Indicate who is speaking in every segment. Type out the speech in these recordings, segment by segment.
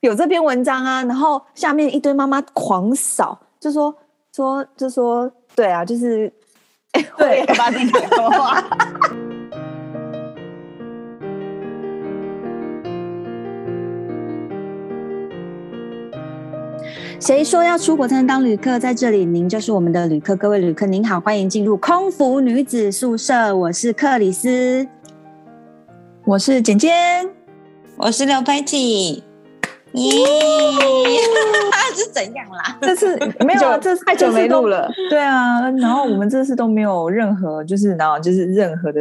Speaker 1: 有这篇文章啊，然后下面一堆妈妈狂扫，就说说就说对啊，就是哎啊
Speaker 2: 对，把自己讲错话。
Speaker 1: 谁说要出国才能当旅客？在这里，您就是我们的旅客。各位旅客，您好，欢迎进入空服女子宿舍。我是克里斯，
Speaker 3: 我是简简，
Speaker 2: 我是刘佩琪，耶， 是怎样啦？
Speaker 3: 这次
Speaker 1: 没有啊
Speaker 3: 这
Speaker 1: 太久没 录了。
Speaker 3: 对啊，然后我们这次都没有任何就是然后就是任何的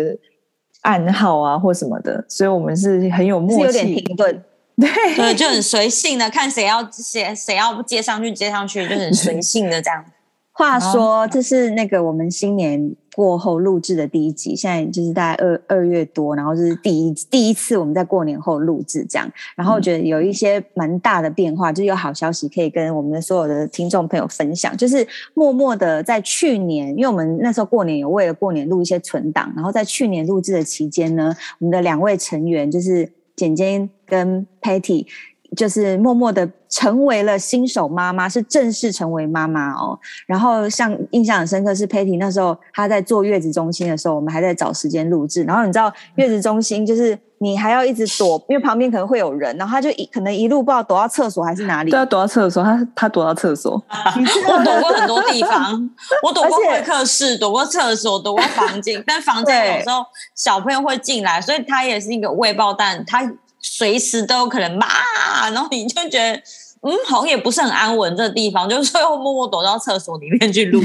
Speaker 3: 暗号啊或什么的，所以我们是很有
Speaker 1: 是
Speaker 3: 默
Speaker 1: 有点
Speaker 3: 契。
Speaker 1: 停顿。
Speaker 2: 对，就很随性的，看谁要谁谁要接上去，接上去就是很随性的这 样。
Speaker 1: 话说，这是那个我们新年过后录制的第一集，现在就是大概二二月多，然后这是第一第一次我们在过年后录制这样，然后我觉得有一些蛮大的变化，就是有好消息可以跟我们的所有的听众朋友分享，就是默默的在去年，因为我们那时候过年有为了过年录一些存档，然后在去年录制的期间呢，我们的两位成员就是简简跟 Patty。就是默默的成为了新手妈妈，是正式成为妈妈哦。然后像印象很深刻是 Patty 那时候她在做月子中心的时候，我们还在找时间录制。然后你知道月子中心就是你还要一直躲，因为旁边可能会有人，然后她就一可能一路不知道躲到厕所还是哪里
Speaker 3: 都。要啊躲到厕所，他他躲到 厕所，
Speaker 2: 我躲过很多地方，我躲过
Speaker 1: 而且
Speaker 2: 会客室，躲过厕所，躲过房间。但房间有时候小朋友会进来，所以他也是一个未爆弹，他随时都有可能骂，然后你就觉得。嗯，好像也不是很安稳，这个地方就是最后默默躲到厕所里面去录。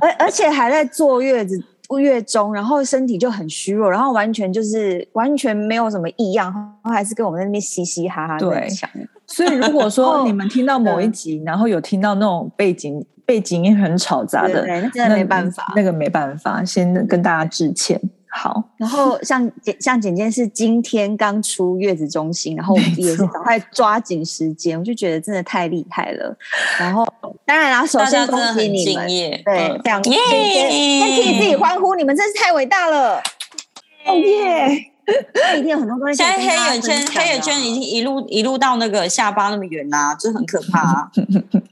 Speaker 1: 而而且还在坐月子月中，然后身体就很虚弱，然后完全就是完全没有什么异样，然后还是跟我们在那边嘻嘻哈哈
Speaker 3: 对
Speaker 1: 在抢。
Speaker 3: 所以如果
Speaker 1: 哦
Speaker 3: 说你们听到某一集，然后有听到那种背景背景音很吵杂
Speaker 1: 对
Speaker 3: 的，
Speaker 1: 对，那真
Speaker 2: 嗯
Speaker 1: 的没办法。
Speaker 3: 那，那个没办法，先跟大家致歉。好，
Speaker 1: 然后像简像简简是今天刚出月子中心，然后我们
Speaker 3: 没
Speaker 1: 也是
Speaker 3: 错
Speaker 1: 赶快抓紧时间，我就觉得真的太厉害了。然 后当然啦，首
Speaker 2: 大家
Speaker 1: 先
Speaker 2: 真
Speaker 1: 恭
Speaker 2: 的
Speaker 1: 喜
Speaker 2: 很
Speaker 1: 你
Speaker 2: 敬
Speaker 1: 们，
Speaker 2: 业，嗯
Speaker 1: 对，这样
Speaker 2: 耶
Speaker 1: 那可以自己欢呼，你们真是太伟大了！
Speaker 3: 哦耶！
Speaker 1: 那一定有很多东西
Speaker 2: 现
Speaker 1: 可
Speaker 2: 在
Speaker 1: 以跟大
Speaker 2: 黑
Speaker 1: 家
Speaker 2: 眼
Speaker 1: 分享啊。
Speaker 2: 圈，黑眼圈已经一路一路到那个下巴那么远啦、这很可怕、啊。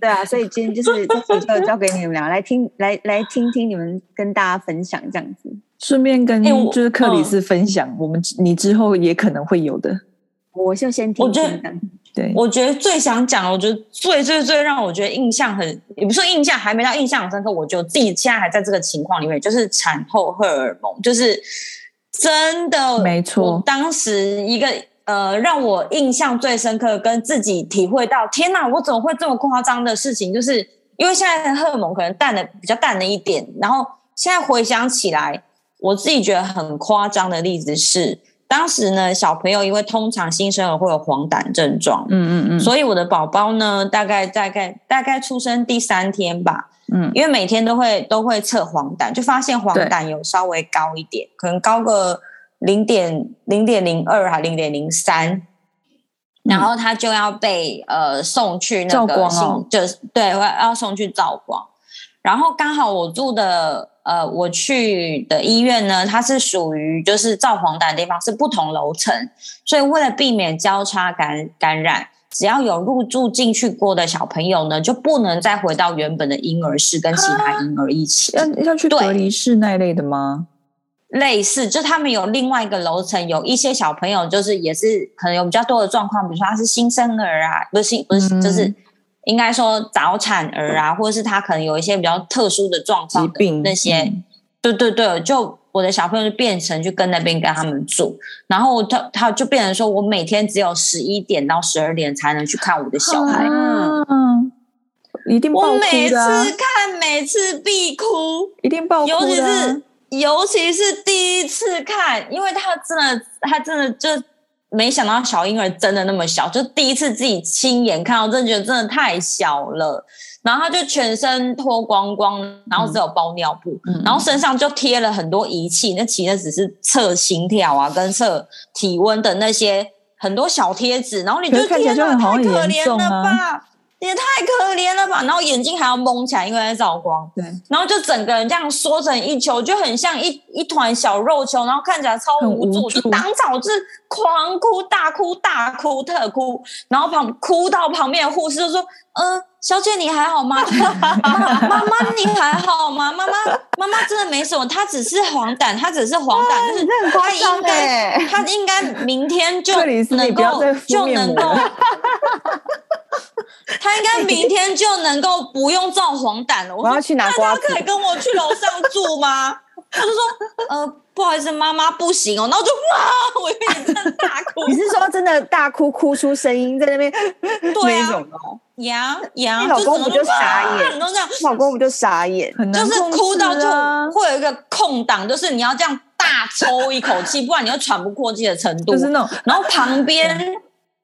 Speaker 1: 对啊，所以今天 就是这集就交给你们俩来听，来来听听你们跟大家分享这样子。
Speaker 3: 顺便跟
Speaker 2: 哎我
Speaker 3: 就是克里斯分享，我们你之后也可能会有的。
Speaker 1: 我就先听
Speaker 2: 我觉得
Speaker 1: 听这样
Speaker 3: 对，
Speaker 2: 我觉得最想讲，我觉得最最最让我觉得印象很，也不是说印象还没到印象很深刻，我觉得我自己现在还在这个情况里面，就是产后荷尔蒙，就是真的
Speaker 3: 没错
Speaker 2: 我当时一个呃，让我印象最深刻，跟自己体会到，天哪，我怎么会这么夸张的事情？就是因为现在的荷尔蒙可能淡了，比较淡了一点，然后现在回想起来，我自己觉得很夸张的例子是。当时呢，小朋友因为通常新生儿会有黄疸症状，
Speaker 3: 嗯嗯嗯，
Speaker 2: 所以我的宝宝呢，大概大概大概出生第三天吧，
Speaker 3: 嗯
Speaker 2: 因为每天都会都会测黄疸，就发现黄疸有稍微高一点，可能高个零点零点零二还零点零
Speaker 3: 嗯
Speaker 2: 三，然后他就要被呃送去那
Speaker 3: 照
Speaker 2: 个
Speaker 3: 光哦
Speaker 2: 心就是对，要要送去照光。然后刚好我住的呃，我去的医院呢，它是属于就是照黄疸的地方是不同楼层，所以为了避免交叉感感染，只要有入住进去过的小朋友呢，就不能再回到原本的婴儿室跟其他
Speaker 3: 啊
Speaker 2: 婴儿一起。
Speaker 3: 要要去
Speaker 2: 对
Speaker 3: 隔离室那一类的吗？
Speaker 2: 类似，就他们有另外一个楼层，有一些小朋友就是也是可能有比较多的状况，比如说他是新生儿啊，不是新不是、
Speaker 3: 嗯
Speaker 2: 就是应该说早产儿啊，或者是他可能有一些比较特殊的状况
Speaker 3: 疾
Speaker 2: 的
Speaker 3: 病
Speaker 2: 哦那些，
Speaker 3: 嗯
Speaker 2: 对对对，就我的小朋友就变成去跟那边跟他们住，然后他他就变成说我每天只有十一点到十二点才能去看我的小孩，嗯
Speaker 3: 啊一定爆
Speaker 2: 我每
Speaker 3: 哭
Speaker 2: 次
Speaker 3: 的啊，
Speaker 2: 看每次必哭。
Speaker 3: 一定爆哭
Speaker 2: 尤其
Speaker 3: 的啊。
Speaker 2: 是尤其是第一次看，因为他真的他真的就没想到小婴儿真的那么小，就第一次自己亲眼看到，真的觉得真的太小了。然后他就全身脱光光，然后只有包尿布，
Speaker 3: 嗯
Speaker 2: 然后身上就贴了很多仪器，那其实只是测心跳啊跟测体温的那些很多小贴纸，然后你
Speaker 3: 可
Speaker 2: 就是
Speaker 3: 看起来
Speaker 2: 天
Speaker 3: 就
Speaker 2: 哪，
Speaker 3: 很好
Speaker 2: 太
Speaker 3: 像很
Speaker 2: 可
Speaker 3: 严
Speaker 2: 怜
Speaker 3: 重
Speaker 2: 了
Speaker 3: 啊
Speaker 2: 吧？也太可怜了吧！然后眼睛还要蒙起来，因为在照光。
Speaker 3: 对，
Speaker 2: 然后就整个人这样缩成一球，就很像一一团小肉球，然后看起来超无
Speaker 3: 很
Speaker 2: 助，
Speaker 3: 无
Speaker 2: 就
Speaker 3: 助
Speaker 2: 当场是狂哭、大哭、大哭、特哭，然后旁哭到旁边的护士就说：“嗯、小姐你还好吗？妈妈你还好吗？妈妈妈妈真的没什么，她只是黄疸，她只是黄疸，就是
Speaker 4: 这很夸
Speaker 2: 她
Speaker 4: 张
Speaker 2: 应该
Speaker 1: 欸
Speaker 4: 哎、
Speaker 2: 他应该明天就
Speaker 3: 克里斯
Speaker 2: 能
Speaker 3: 你不要
Speaker 2: 够
Speaker 3: 再敷
Speaker 2: 就
Speaker 3: 面
Speaker 2: 能
Speaker 3: 膜
Speaker 2: 够，他应该明天就能够不用造黄疸了。我
Speaker 1: 我
Speaker 2: 说
Speaker 1: 要去拿
Speaker 2: 大
Speaker 1: 瓜
Speaker 2: 家
Speaker 1: 子
Speaker 2: 可以跟我去楼上住吗？他就说呃不好意思，妈妈不行哦。然后我就哇，我有点在大哭
Speaker 1: 你是说真的大哭哭出声音在那边？
Speaker 2: 对啊
Speaker 1: 那一种的哦
Speaker 2: 呀呀，
Speaker 1: 你老公不就傻眼
Speaker 2: 你都这样，
Speaker 1: 老公不就傻眼？
Speaker 3: 很难
Speaker 2: 就是
Speaker 3: 控
Speaker 2: 哭到
Speaker 3: 制啊
Speaker 2: 就会有一个空档，就是你要这样大抽一口气，不然你会喘不过气的程度。
Speaker 3: 就是那种
Speaker 2: 然后旁 边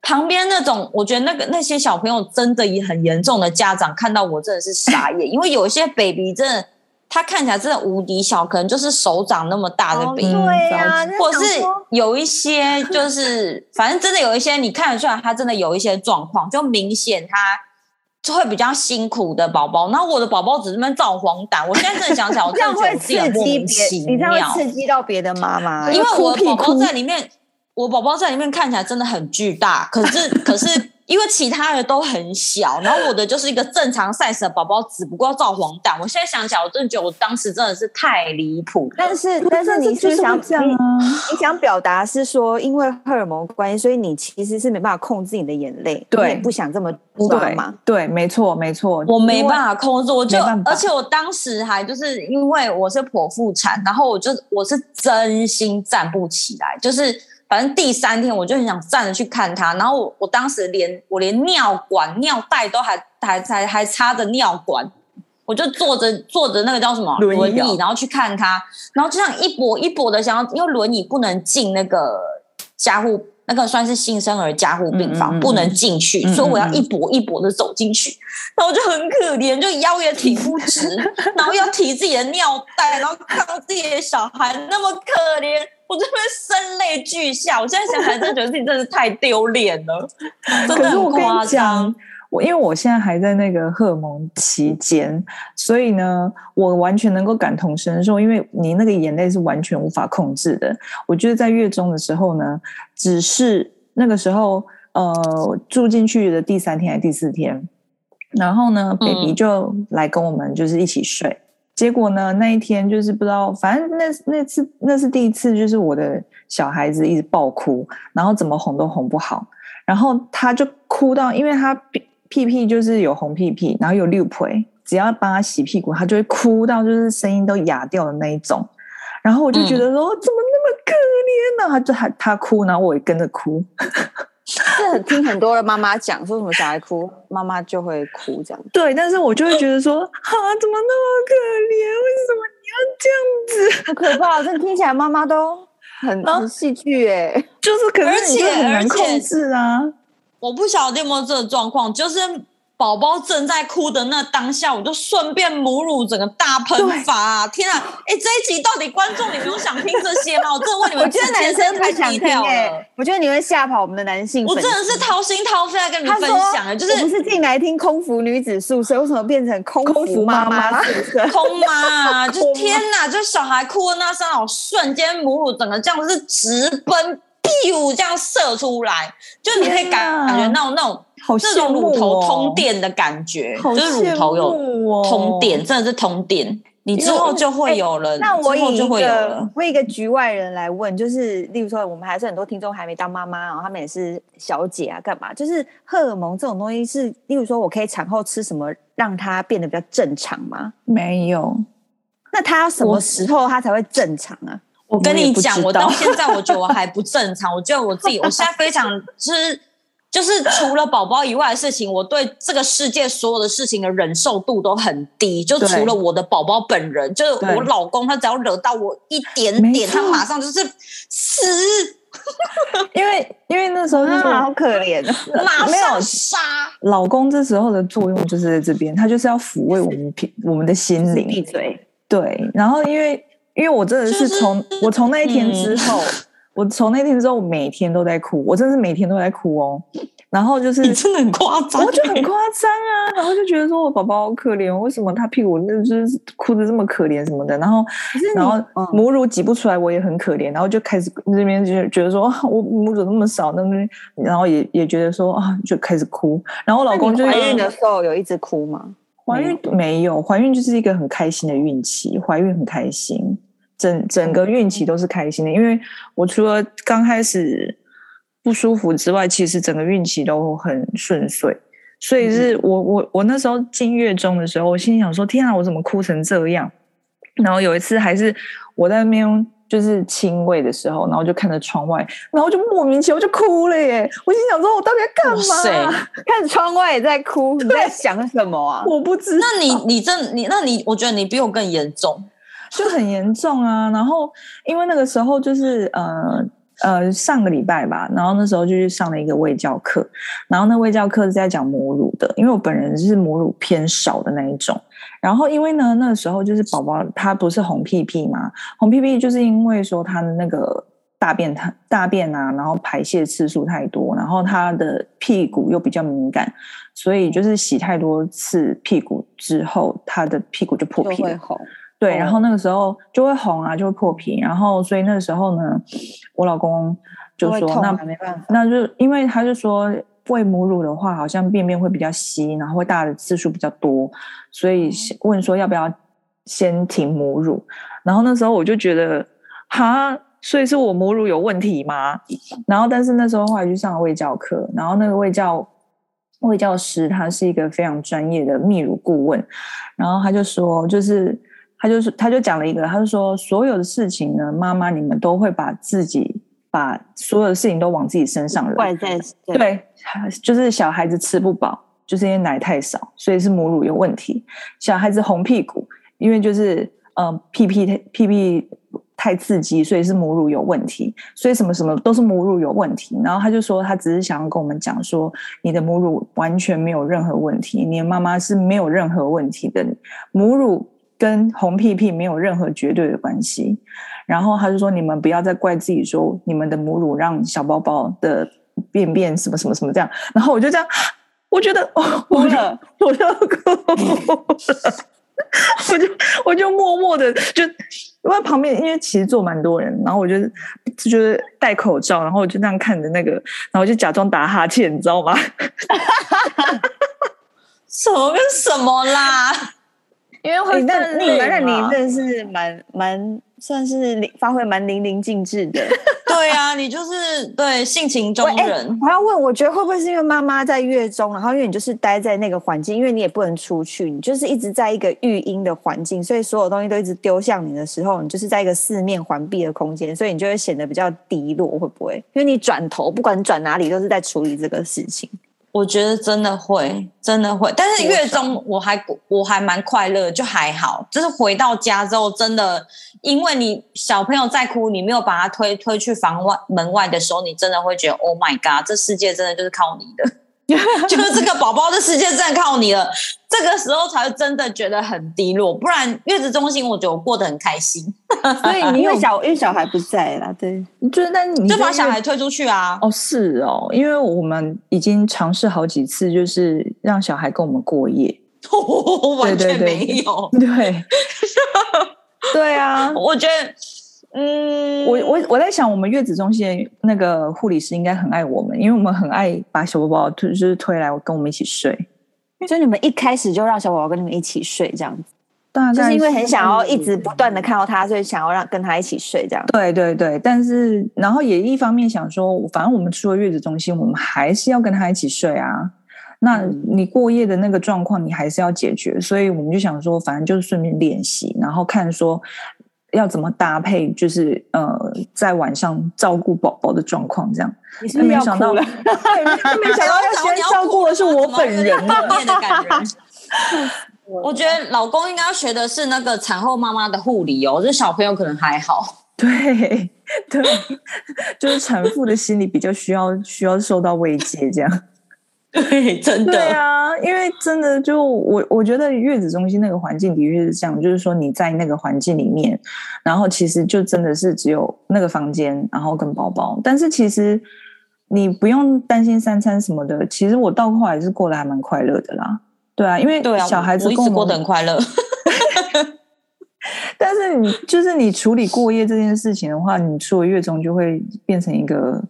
Speaker 2: 旁边那种，我觉得那个那些小朋友真的也很严重的家长看到我真的是傻眼，因为有一些 baby 真的他看起来真的无敌小，可能就是手掌那么大的
Speaker 4: 哦
Speaker 2: baby，、
Speaker 4: 对呀、
Speaker 1: 啊
Speaker 3: 嗯
Speaker 2: 或
Speaker 4: 就是想说
Speaker 2: 有一些就是， 反正真的有一些你看得出来，他真的有一些状况，就明显他。就会比较辛苦的宝宝，然后我的宝宝只是在那边造黄疸。我现在真的想起 来，我
Speaker 1: 这样
Speaker 2: 真
Speaker 1: 会
Speaker 2: 的觉得我自
Speaker 1: 刺
Speaker 2: 己很莫
Speaker 1: 激
Speaker 2: 名
Speaker 1: 别，
Speaker 2: 其
Speaker 1: 你这样
Speaker 2: 妙
Speaker 1: 会刺激到别的妈妈。欸
Speaker 2: 因为我的宝宝
Speaker 3: 哭
Speaker 2: 在里面，我宝宝在里面看起来真的很巨大，可是可是因为其他的都很小，然后我的就是一个正常 size 的宝宝，只不过造黄疸。我现在想起来，我真的觉得我当时真的是太离谱了。
Speaker 1: 但是，啊但是你
Speaker 3: 就是是
Speaker 1: 想
Speaker 3: 会这样
Speaker 1: 你
Speaker 3: 啊？
Speaker 1: 你想表达是说，因为荷尔蒙关系，所以你其实是没办法控制你的眼泪，
Speaker 3: 对
Speaker 1: 你也不想这么抓
Speaker 3: 对
Speaker 1: 嘛。
Speaker 3: 对，没错没错，
Speaker 2: 我没办
Speaker 3: 法，
Speaker 2: 法控制，我就
Speaker 3: 没办法
Speaker 2: 而且我当时还就是因为我是剖腹产，然后我就我是真心站不起来，就是反正第三天我就很想站着去看他，然后我我当时连我连尿管尿袋都还还还还插着尿管。我就坐着坐着那个叫什么
Speaker 3: 轮椅啊
Speaker 2: 然后去看他，然后就像一跛一跛的想要，因为轮椅不能进那个加护，那个算是新生儿加护病房，
Speaker 3: 嗯嗯嗯
Speaker 2: 不能进去，
Speaker 3: 嗯嗯
Speaker 2: 所以我要
Speaker 3: 嗯
Speaker 2: 一跛一跛的走进去，然后我就很可怜，就腰也挺不直，然后要提自己的尿袋，然后看到自己的小孩那么可怜，我这边声泪俱下。我现在想起来，真的觉得自己真的太丢脸了，真的
Speaker 3: 可是
Speaker 2: 很
Speaker 3: 我跟
Speaker 2: 夸
Speaker 3: 你
Speaker 2: 张
Speaker 3: 讲。，我因为我现在还在那个荷尔蒙期间，所以呢，我完全能够感同身受，因为你那个眼泪是完全无法控制的。我觉得在月中的时候呢，只是那个时候呃住进去的第三天还是第四天，然后呢
Speaker 2: 嗯
Speaker 3: ，baby 就来跟我们就是一起睡。结果呢，那一天就是不知道，反正那那次那是第一次，就是我的小孩子一直爆哭，然后怎么哄都哄不好，然后他就哭到，因为他屁屁屁就是有红屁屁，然后有六腿，只要帮他洗屁股，他就会哭到就是声音都哑掉的那一种。然后我就觉
Speaker 2: 嗯
Speaker 3: 得说，怎么那么可怜呢、他就他他哭，然后我也跟着哭。
Speaker 1: 这很听很多的妈妈讲，说什么小孩哭，妈妈就会哭这样。
Speaker 3: 对，但是我就会觉得说，啊，怎么那么可怜？为什么你要这样子？
Speaker 1: 好可怕！哦这听起来妈妈都很
Speaker 3: 啊
Speaker 1: 很戏剧哎。
Speaker 3: 就是可是你就
Speaker 2: 而且
Speaker 3: 很
Speaker 2: 而且
Speaker 3: 难控制啊。
Speaker 2: 我不晓得有没有这个状况，就是宝宝正在哭的那当下，我就顺便母乳整个大喷发、天啊！哎、这一集到底观众你们有想听这些吗？我真的为你 们，
Speaker 1: 我觉得男生不
Speaker 2: 太
Speaker 1: 想
Speaker 2: 低
Speaker 1: 听
Speaker 2: 调了。
Speaker 1: 哎、我觉得你会吓跑我们的男性
Speaker 2: 我
Speaker 1: 粉
Speaker 2: 真
Speaker 1: 丝。
Speaker 2: 的是掏心掏肺在跟你
Speaker 1: 他
Speaker 2: 分
Speaker 1: 说
Speaker 2: 享的，就
Speaker 1: 我不
Speaker 2: 是
Speaker 1: 是进来听空服女子宿舍，为什么变成空
Speaker 3: 空服
Speaker 1: 妈
Speaker 3: 妈妈
Speaker 1: 宿 舍？
Speaker 2: 空妈、 啊，就是
Speaker 1: 空妈
Speaker 2: 天哪！就小孩哭的那声，我瞬间母乳整个这样是直奔屁股这样射出来，就你可以感
Speaker 3: 天哪
Speaker 2: 感觉那种那种
Speaker 3: 好
Speaker 2: 这
Speaker 3: 羡
Speaker 2: 种
Speaker 3: 慕
Speaker 2: 乳头
Speaker 3: 哦
Speaker 2: 通，电的感觉，
Speaker 3: 好
Speaker 2: 就是乳头有
Speaker 3: 羡慕哦
Speaker 2: 通电，真的是通电。你之后就会有
Speaker 3: 哎
Speaker 2: 了，
Speaker 1: 那我
Speaker 2: 之后
Speaker 1: 以
Speaker 2: 就
Speaker 1: 一
Speaker 2: 会有
Speaker 1: 个
Speaker 2: 了。
Speaker 1: 我以一个局外人来问，就是例如说，我们还是很多听众还没当妈妈啊，他们也是小姐啊，干嘛？就是荷尔蒙这种东西是，例如说我可以产后吃什么让它变得比较正常吗？
Speaker 3: 没有。
Speaker 1: 那它要什么
Speaker 3: 我
Speaker 1: 时候它才会正常啊？
Speaker 2: 我跟
Speaker 3: 也
Speaker 2: 你
Speaker 3: 不
Speaker 2: 讲，
Speaker 3: 知
Speaker 2: 我
Speaker 3: 道
Speaker 2: 到现在我觉得我还不正常，我觉得我自己，我现在非常就是就是除了宝宝以外的事情，我对这个世界所有的事情的忍受度都很低。就除
Speaker 3: 对
Speaker 2: 了我的宝宝本人，就是
Speaker 3: 对
Speaker 2: 我老公，他只要惹到我一点
Speaker 3: 没
Speaker 2: 点，他
Speaker 3: 错
Speaker 2: 马上就是死，
Speaker 3: 因为因为那时候就是我
Speaker 1: 啊，好可怜啊！
Speaker 2: 马
Speaker 3: 呃没有
Speaker 2: 上杀。
Speaker 3: 老公这时候的作用就是在这边，他就是要抚慰我们平我们的心
Speaker 1: 闭
Speaker 3: 灵。
Speaker 1: 嘴！
Speaker 3: 对，然后因为因为我真的是从、
Speaker 2: 就是
Speaker 1: 嗯
Speaker 3: 我从那一天之后，我从那天之后，我每天都在哭，我真的是每天都在哭哦。然后就是
Speaker 2: 你真的很夸张、欸，
Speaker 3: 我就很夸张哎啊，然后就觉得说我宝宝好可怜哦，为什么他屁股就是哭的这么可怜什么的，然后然后
Speaker 1: 嗯
Speaker 3: 母乳挤不出来，我也很可怜，然后就开始那边就觉得说 啊我母乳那么少，那边然后也也觉得说啊就开始哭，然后我老公就
Speaker 1: 怀孕的时候有一直哭吗？
Speaker 3: 怀孕没有，怀孕就是一个很开心的孕期，怀孕很开心，整整个孕期都是开心的，因为我除了刚开始。不舒服之外，其实整个孕期都很顺遂，所以是我我我那时候进月中的时候，我心想说：天啊，我怎么哭成这样？然后有一次还是我在那边就是亲喂的时候，然后就看着窗外，然后就莫名其妙就哭了耶！我心想说：我到底要干嘛、啊？
Speaker 1: 看窗外也在哭，你在想什么啊？
Speaker 3: 我不知道。
Speaker 2: 那你你这你那你，我觉得你比我更严重，
Speaker 3: 就很严重啊！然后因为那个时候就是呃。呃，上个礼拜吧，然后那时候就去上了一个卫教课，然后那卫教课是在讲母乳的，因为我本人是母乳偏少的那一种。然后因为呢，那时候就是宝宝他不是红屁屁嘛，红屁屁就是因为说他的那个大便他大便啊，然后排泄次数太多，然后他的屁股又比较敏感，所以就是洗太多次屁股之后，他的屁股就破皮了。对，然后那个时候就会红啊，就会破皮，然后所以那个时候呢，我老公就说、
Speaker 1: 啊、
Speaker 3: 那
Speaker 1: 没办法，
Speaker 3: 那就因为他就说喂母乳的话，好像便便会比较稀，然后会大的次数比较多，所以问说要不要先停母乳，然后那时候我就觉得哈，所以是我母乳有问题吗？然后但是那时候后来去上了喂教课，然后那个喂教。卫教师他是一个非常专业的泌乳顾问，然后他就说，就是他就是他就讲了一个，他就说所有的事情呢，妈妈你们都会把自己把所有的事情都往自己身上
Speaker 1: 怪在
Speaker 3: 对，就是小孩子吃不饱，就是因为奶太少，所以是母乳有问题；小孩子红屁股，因为就是呃屁屁屁屁太刺激，所以是母乳有问题，所以什么什么都是母乳有问题。然后他就说，他只是想要跟我们讲说，你的母乳完全没有任何问题，你的妈妈是没有任何问题的，母乳跟红屁屁没有任何绝对的关系。然后他就说，你们不要再怪自己说你们的母乳让小宝宝的便便什么什么什么这样。然后我就这样，我觉得哦，
Speaker 1: 哭了，
Speaker 3: 我就哭了。 我就我就默默的就，因为旁边因为其实坐蛮多人，然后我就就是戴口罩，然后我就那样看着那个，然后就假装打哈欠，你知道吗？
Speaker 2: 什么跟什么啦？
Speaker 1: 因为会
Speaker 3: 哎那
Speaker 1: 分
Speaker 3: 你
Speaker 1: 类
Speaker 3: 那
Speaker 1: 哎那
Speaker 3: 你
Speaker 1: 你真的是蛮蛮算是淋发挥蛮淋漓尽致 的。
Speaker 2: 对啊，你就是对性情中
Speaker 1: 哎
Speaker 2: 人。
Speaker 1: 我要问，我觉得会不会是因为妈妈在月中，然后因为你就是待在那个环境，因为你也不能出去，你就是一直在一个育婴的环境，所以所有东西都一直丢向你的时候，你就是在一个四面环闭的空间，所以你就会显得比较低落，会不会？因为你转头，不管你转哪里，都是在处理这个事情。
Speaker 2: 我觉得真的会，真的会。但是月中我还我还蛮快乐，就还好。就是回到家之后，真的，因为你小朋友在哭，你没有把他推推去房外门外的时候，你真的会觉得 Oh my God，这世界真的就是靠你的， 就是这个宝宝的世界真的靠你了。这个时候才真的觉得很低落，不然月子中心我觉得我过得很开心，
Speaker 1: 所以你因为小因为小孩不在啦，对，
Speaker 3: 就是但你
Speaker 2: 就把
Speaker 3: 在
Speaker 2: 小
Speaker 3: 那
Speaker 2: 孩推出去 啊。
Speaker 3: 哦是哦，因为我们已经尝试好几次，就是让小孩跟我们过夜。
Speaker 2: 我完
Speaker 3: 对
Speaker 2: 全
Speaker 3: 对
Speaker 2: 没
Speaker 3: 对
Speaker 2: 有，
Speaker 3: 对，对啊，
Speaker 2: 我觉得，嗯，
Speaker 3: 我我我在想，我们月子中心的那个护理师应该很爱我们，因为我们很爱把小宝宝推就是推来跟我们一起睡。
Speaker 1: 所以你们一开始就让小宝宝跟你们一起睡，这样子，
Speaker 3: 大
Speaker 1: 就
Speaker 3: 概
Speaker 1: 是因为很想要一直不断的看到他，所以想要让跟他一起睡这样。
Speaker 3: 对对对，但是然后也一方面想说，反正我们出了月子中心，我们还是要跟他一起睡啊。那
Speaker 1: 嗯
Speaker 3: 你过夜的那个状况，你还是要解决，所以我们就想说，反正就是顺便练习，然后看说要怎么搭配，就是呃，在晚上照顾宝宝的状况这样。
Speaker 1: 你是不是要
Speaker 3: 没想到
Speaker 1: 哭了？
Speaker 3: 对没想到要先照顾的是我本人啊呢。
Speaker 2: 面的感人。我觉得老公应该要学的是那个产后妈妈的护理哦，这小朋友可能还好。
Speaker 3: 对对，就是产妇的心理比较需要需要受到慰藉，这样。
Speaker 2: 对，真
Speaker 3: 对啊，因为真的就我我觉得月子中心那个环境的确是这样，就是说你在那个环境里面，然后其实就真的是只有那个房间，然后跟宝宝，但是其实你不用担心三餐什么的。其实我到后来是过得还蛮快乐的啦，对啊，因为
Speaker 2: 对啊，
Speaker 3: 小孩子
Speaker 2: 我一
Speaker 3: 跟
Speaker 2: 直
Speaker 3: 我
Speaker 2: 过
Speaker 3: 们
Speaker 2: 得很快乐。
Speaker 3: 但是你就是你处理过夜这件事情的话，你除了月中就会变成一个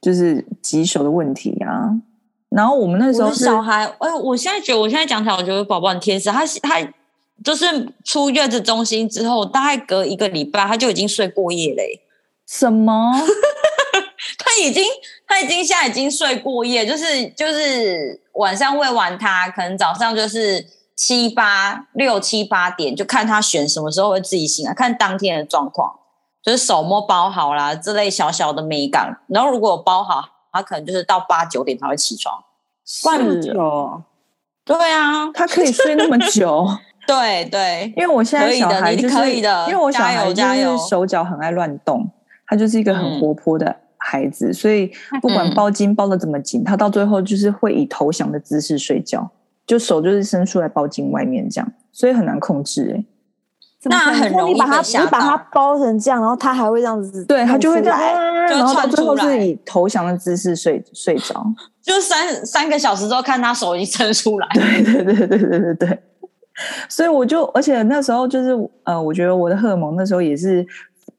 Speaker 3: 就是棘手的问题啊。然后我们那时
Speaker 2: 我
Speaker 3: 候
Speaker 2: 的
Speaker 3: 是
Speaker 2: 小孩，哎，我现在觉得，我现在讲起来，我觉得宝宝很天使。他他就是出月子中心之后，大概隔一个礼拜，他就已经睡过夜嘞、欸
Speaker 3: 什么？
Speaker 2: 他已经他已经现在已经睡过夜，就是就是晚上喂完他，可能早上就是七八六七八点，就看他选什么时候会自己醒来，看当天的状况，就是手摸包好啦之类小小的美感。然后如果有包好，他可能就是到八九点才会起床。怪不
Speaker 3: 是
Speaker 2: 得
Speaker 4: 有
Speaker 2: 对啊，
Speaker 3: 他可以睡那么 久，
Speaker 2: 对对，
Speaker 3: 因为我现在小孩就是
Speaker 2: 可以的你可以的
Speaker 3: 因为我小孩就
Speaker 2: 加油加油
Speaker 3: 是手脚很爱乱动，他就是一个很活泼的孩子，所以不管
Speaker 2: 嗯
Speaker 3: 包巾包的怎么紧，他到最后就是会以投降的姿势睡觉，就手就是伸出来包巾外面这样，所以很难控制哎、欸
Speaker 1: 怎么
Speaker 2: 那
Speaker 1: 可能
Speaker 2: 很
Speaker 1: 那
Speaker 2: 容
Speaker 1: 你把
Speaker 2: 易被
Speaker 1: 它
Speaker 2: 吓
Speaker 1: 你把它
Speaker 2: 到
Speaker 1: 包成这样，然后它还会这样子，
Speaker 3: 对他就会这样，
Speaker 1: 来。
Speaker 2: 就
Speaker 3: 然后到
Speaker 2: 窜
Speaker 3: 最
Speaker 2: 出
Speaker 3: 后
Speaker 2: 来
Speaker 3: 是以投降的姿势睡睡着。
Speaker 2: 就是三三个小时之后看他手已经伸出来。
Speaker 3: 对 对对对对对对。所以我就，而且那时候就是，呃，我觉得我的荷尔蒙那时候也是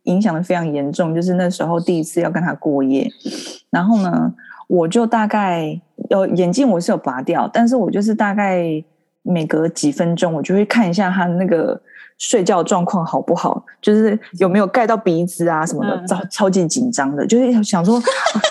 Speaker 3: 影响的非常严重，就是那时候第一次要跟他过夜，然后呢，我就大概有眼镜我是有拔掉，但是我就是大概每隔几分钟我就会看一下他那个睡觉状况好不好，就是有没有盖到鼻子啊什么的，
Speaker 1: 嗯
Speaker 3: 超超级紧张的，就是想说啊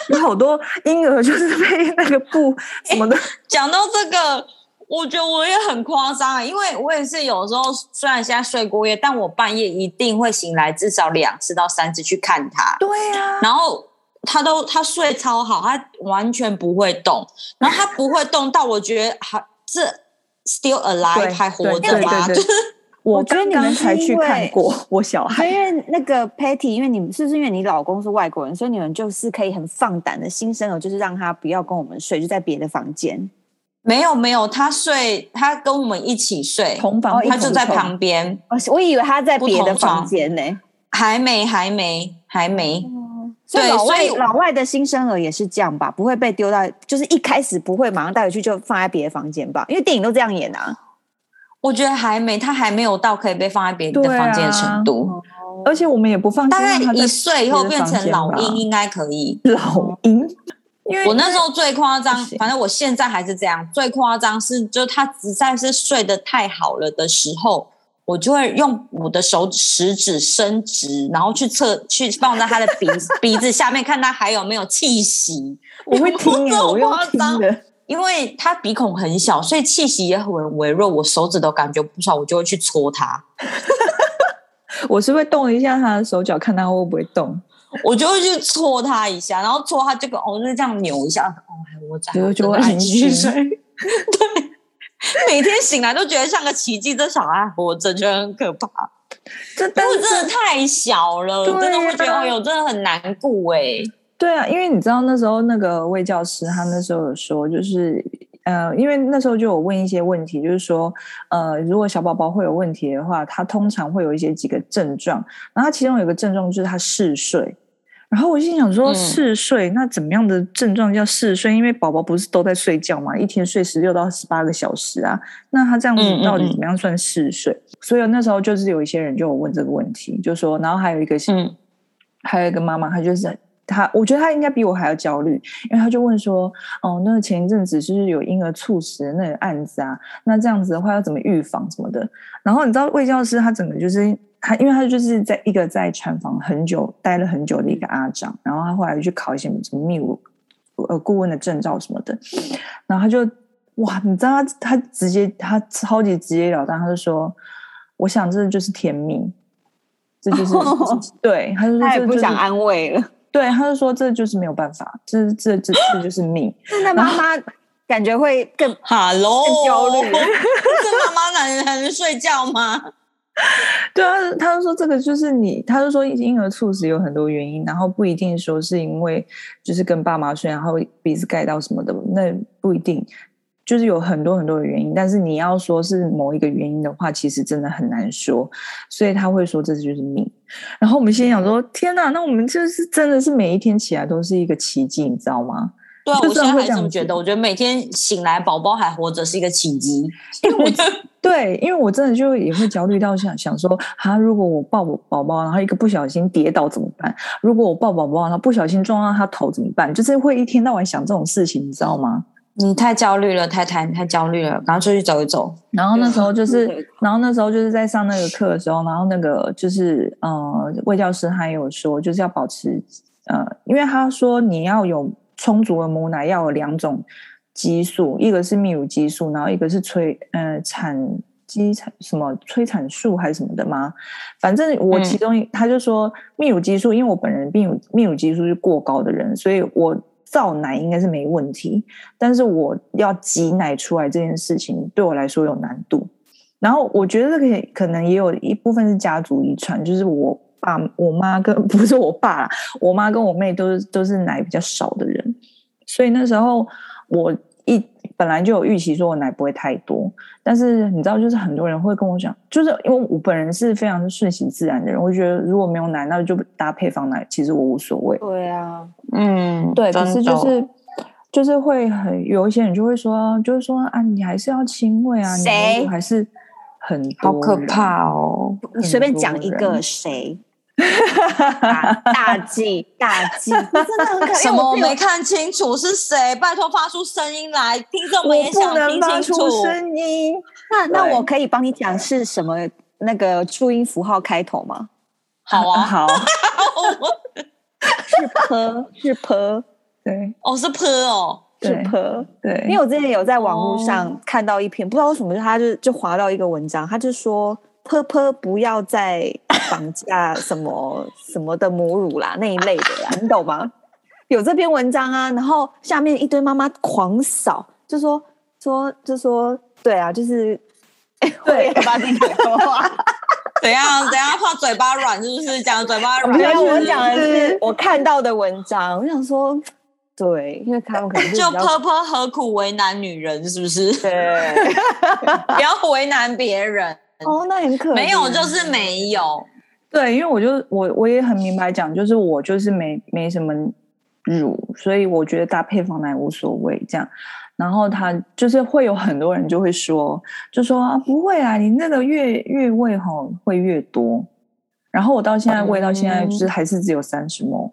Speaker 3: 有好多婴儿就是被那个布什么的
Speaker 2: 讲到这个，我觉得我也很夸张啊，因为我也是有时候虽然现在睡过夜，但我半夜一定会醒来至少两次到三次去看他，
Speaker 3: 对呀、
Speaker 2: 然后。他都他睡超好，他完全不会动，然后他不会动到我觉得还这 still
Speaker 3: 对
Speaker 2: alive 还活着吗？
Speaker 3: 对对
Speaker 2: 就
Speaker 3: 对对
Speaker 2: 是
Speaker 3: 我
Speaker 1: 我觉得
Speaker 3: 刚
Speaker 1: 你
Speaker 3: 刚
Speaker 1: 们是
Speaker 3: 才去
Speaker 1: 因为
Speaker 3: 看过我小
Speaker 1: 我觉得
Speaker 3: 孩，
Speaker 1: 因为那个 Patty，因为你们是不是因为你老公是外国人，所以你们就是可以很放胆的新生儿，就是让他不要跟我们睡，就在别的房间。
Speaker 2: 没有没有，他睡他跟我们一起睡，
Speaker 3: 同房
Speaker 1: 哦
Speaker 3: 不
Speaker 2: 他
Speaker 3: 同
Speaker 2: 就在
Speaker 3: 床
Speaker 2: 旁边，
Speaker 1: 哦，我以为他在别的房间呢、
Speaker 2: 还没还没还没，
Speaker 1: 所以老外
Speaker 2: 所以
Speaker 1: 老外的新生儿也是这样吧，不会被丢到，就是一开始不会马上带回去，就放在别的房间吧，因为电影都这样演啊。
Speaker 2: 我觉得还没，他还没有到可以被放在别人的
Speaker 3: 对啊
Speaker 2: 房间的程度。
Speaker 3: 而且我们也不放心
Speaker 2: 大概
Speaker 3: 让他在
Speaker 2: 一岁以后变成老
Speaker 3: 别的房
Speaker 2: 鹰
Speaker 3: 间吧
Speaker 2: 应该可以。
Speaker 3: 老 鹰， 因为
Speaker 2: 我那时候最夸张，
Speaker 3: 行
Speaker 2: 反正我现在还是这样。最夸张是，就他实在是睡得太好了的时候，我就会用我的手食指伸直，然后去测去放在他的鼻鼻子下面，看他还有没有气息。
Speaker 3: 我 会听
Speaker 2: 你
Speaker 3: 耶，
Speaker 2: 不
Speaker 3: 我用听
Speaker 2: 夸张
Speaker 3: 的，
Speaker 2: 因为他鼻孔很小，所以气息也很微弱，我手指都感觉不出来，我就会去戳他。
Speaker 3: 我是会动一下他的手脚，看他会不会 动，
Speaker 2: 我就会去戳他一下，然后戳他这个，哦，就是这样扭一下，哦，还我在，
Speaker 3: 就会就会
Speaker 2: 还
Speaker 3: 安
Speaker 2: 继续
Speaker 3: 心
Speaker 2: 睡。。每天醒来都觉得像个奇迹，这小孩活着觉得很可怕，
Speaker 3: 这
Speaker 2: 因
Speaker 3: 但
Speaker 2: 为
Speaker 3: 是
Speaker 2: 真的太小了，
Speaker 3: 对啊
Speaker 2: 真的会觉得哎呦，真的很难顾哎、
Speaker 3: 对啊，因为你知道那时候那个魏教师他那时候有说，就是呃，因为那时候就有问一些问题，就是说呃，如果小宝宝会有问题的话，他通常会有一些几个症状，然后他其中有一个症状就是他嗜睡。然后我心想说，
Speaker 2: 嗯
Speaker 3: 嗜睡、那怎么样的症状叫嗜睡？因为宝宝不是都在睡觉嘛，一天睡十六到十八个小时啊，那他这样
Speaker 2: 嗯嗯
Speaker 3: 子到底
Speaker 2: 嗯
Speaker 3: 怎么样算嗜睡？所以那时候就是有一些人就有问这个问题，就说，然后还有一个是
Speaker 2: 嗯，
Speaker 3: 还有一个妈妈，她就是她，我觉得她应该比我还要焦虑，因为她就问说，哦，那前一阵子就是有婴儿猝死的那个案子啊，那这样子的话要怎么预防什么的？然后你知道魏教师他整个就是他，因为他就是在一个在产房很久待了很久的一个阿长，然后他后来又去考一些什么秘务呃顾问的证照什么的，然后他就哇，你知道他他直接他超级直截了当，他就说，我想这就是天命。这就是、对，他就说
Speaker 1: 哦他也
Speaker 3: 这
Speaker 1: 不
Speaker 3: 就是
Speaker 1: 想安慰 了。
Speaker 3: 对，他就说这就是没有办法，这这这这就是命。
Speaker 1: 那妈妈感觉会更
Speaker 2: 哈喽，
Speaker 1: 更焦 虑
Speaker 2: 这妈妈 能还能睡觉吗？
Speaker 3: 对啊，他就说这个就是你，他就说婴儿猝死有很多原因，然后不一定说是因为就是跟爸妈睡，然后鼻子盖到什么的，那不一定。就是有很多很多的原因，但是你要说是某一个原因的话，其实真的很难说，所以他会说这就是命。然后我们心里想说，天哪，那我们就是真的是每一天起来都是一个奇迹，你知道吗？
Speaker 2: 对啊，
Speaker 3: 就
Speaker 2: 我
Speaker 3: 是
Speaker 2: 现在
Speaker 3: 会
Speaker 2: 还
Speaker 3: 这
Speaker 2: 这么
Speaker 3: 样
Speaker 2: 觉
Speaker 3: 子
Speaker 2: 得，我觉得每天醒来宝宝还活着是一个奇迹。
Speaker 3: 因为我对，因为我真的就也会焦虑到想想说，哈，如果我抱我宝宝，然后一个不小心跌倒怎么办？如果我抱宝宝，然后不小心撞到他头怎么办？就是会一天到晚想这种事情，你知道吗？
Speaker 2: 你太焦虑了，太太你太焦虑了，赶快出去走一走。
Speaker 3: 然后那时候就
Speaker 1: 对
Speaker 3: 是，然后那时候就是在上那个课的时候，然后那个就是呃，魏教师他也有说，就是要保持呃，因为他说你要有充足的母奶，要有两种激素，一个是泌乳激素，然后一个是催呃产激产什么催产素还是什么的吗？反正我
Speaker 2: 嗯
Speaker 3: 其中一、他就说泌乳激素，因为我本人泌乳泌乳激素是过高的人，所以我造奶应该是没问题。但是我要挤奶出来这件事情对我来说有难度。然后我觉得这个可能也有一部分是家族遗传，就是我爸、我妈跟 不是我爸啦，我妈跟我妹都是都是奶比较少的人，所以那时候我一本来就有预期说我奶不会太多，但是你知道，就是很多人会跟我讲，就是因为我本人是非常顺其自然的人，我觉得如果没有奶，那就搭配方奶，其实我无所谓。
Speaker 1: 对啊，
Speaker 2: 嗯，
Speaker 3: 对，可
Speaker 2: 真
Speaker 3: 是
Speaker 2: 的
Speaker 3: 就是就是会很有一些人就会说，就是说啊，你还是要亲喂啊，你
Speaker 1: 谁
Speaker 3: 如果还是很
Speaker 2: 好
Speaker 3: 多
Speaker 2: 可
Speaker 3: 人
Speaker 2: 怕哦。
Speaker 1: 你随便讲一
Speaker 3: 很多
Speaker 1: 个
Speaker 3: 人
Speaker 1: 谁。啊大大忌大忌，真的很可怜。
Speaker 2: 什么我
Speaker 1: 因为
Speaker 2: 没看清楚是谁？拜托发出声音来，听众
Speaker 3: 我
Speaker 2: 们也
Speaker 3: 不
Speaker 2: 想
Speaker 3: 能
Speaker 2: 听
Speaker 3: 发
Speaker 2: 清
Speaker 3: 出
Speaker 2: 楚。
Speaker 3: 声音。
Speaker 1: 那那
Speaker 3: 对
Speaker 1: 我可以帮你讲是什么那个注音符号开头吗？
Speaker 2: 好啊，
Speaker 3: 好，
Speaker 1: 是 p 是 p
Speaker 3: 对
Speaker 2: 哦是 p 哦，
Speaker 1: 是
Speaker 3: 对
Speaker 1: p。
Speaker 3: 对，
Speaker 1: 因为我之前有在网络
Speaker 2: 哦
Speaker 1: 上看到一篇，不知道为什么，就他就就划到一个文章，他就说婆婆不要再绑架什么什么的母乳啦那一类的啦，你懂吗？有这篇文章啊，然后下面一堆妈妈狂扫，就说说就说对啊，就是。对，把自己说 话。
Speaker 2: 怎样怎样怕嘴巴软是不是？讲嘴巴
Speaker 1: 没
Speaker 2: 软
Speaker 1: 有， 我
Speaker 3: 是
Speaker 1: 讲的
Speaker 3: 是
Speaker 1: 是我看到的文章。我想说，对，因为他们可能是比
Speaker 2: 就
Speaker 1: 较
Speaker 2: p 婆何苦为难女人是不是？
Speaker 1: 对。
Speaker 2: 不要为难别人，
Speaker 1: 哦，那很可
Speaker 2: 没有
Speaker 1: 怜
Speaker 2: 就是没有。
Speaker 3: 对，因为我就我我也很明白讲，就是我就是没没什么乳，所以我觉得搭配方奶无所谓这样。然后他就是会有很多人就会说，就说啊不会啊，你那个越越喂吼会越多。然后我到现在喂到现在就是
Speaker 1: 嗯
Speaker 3: 还是只有三十毛，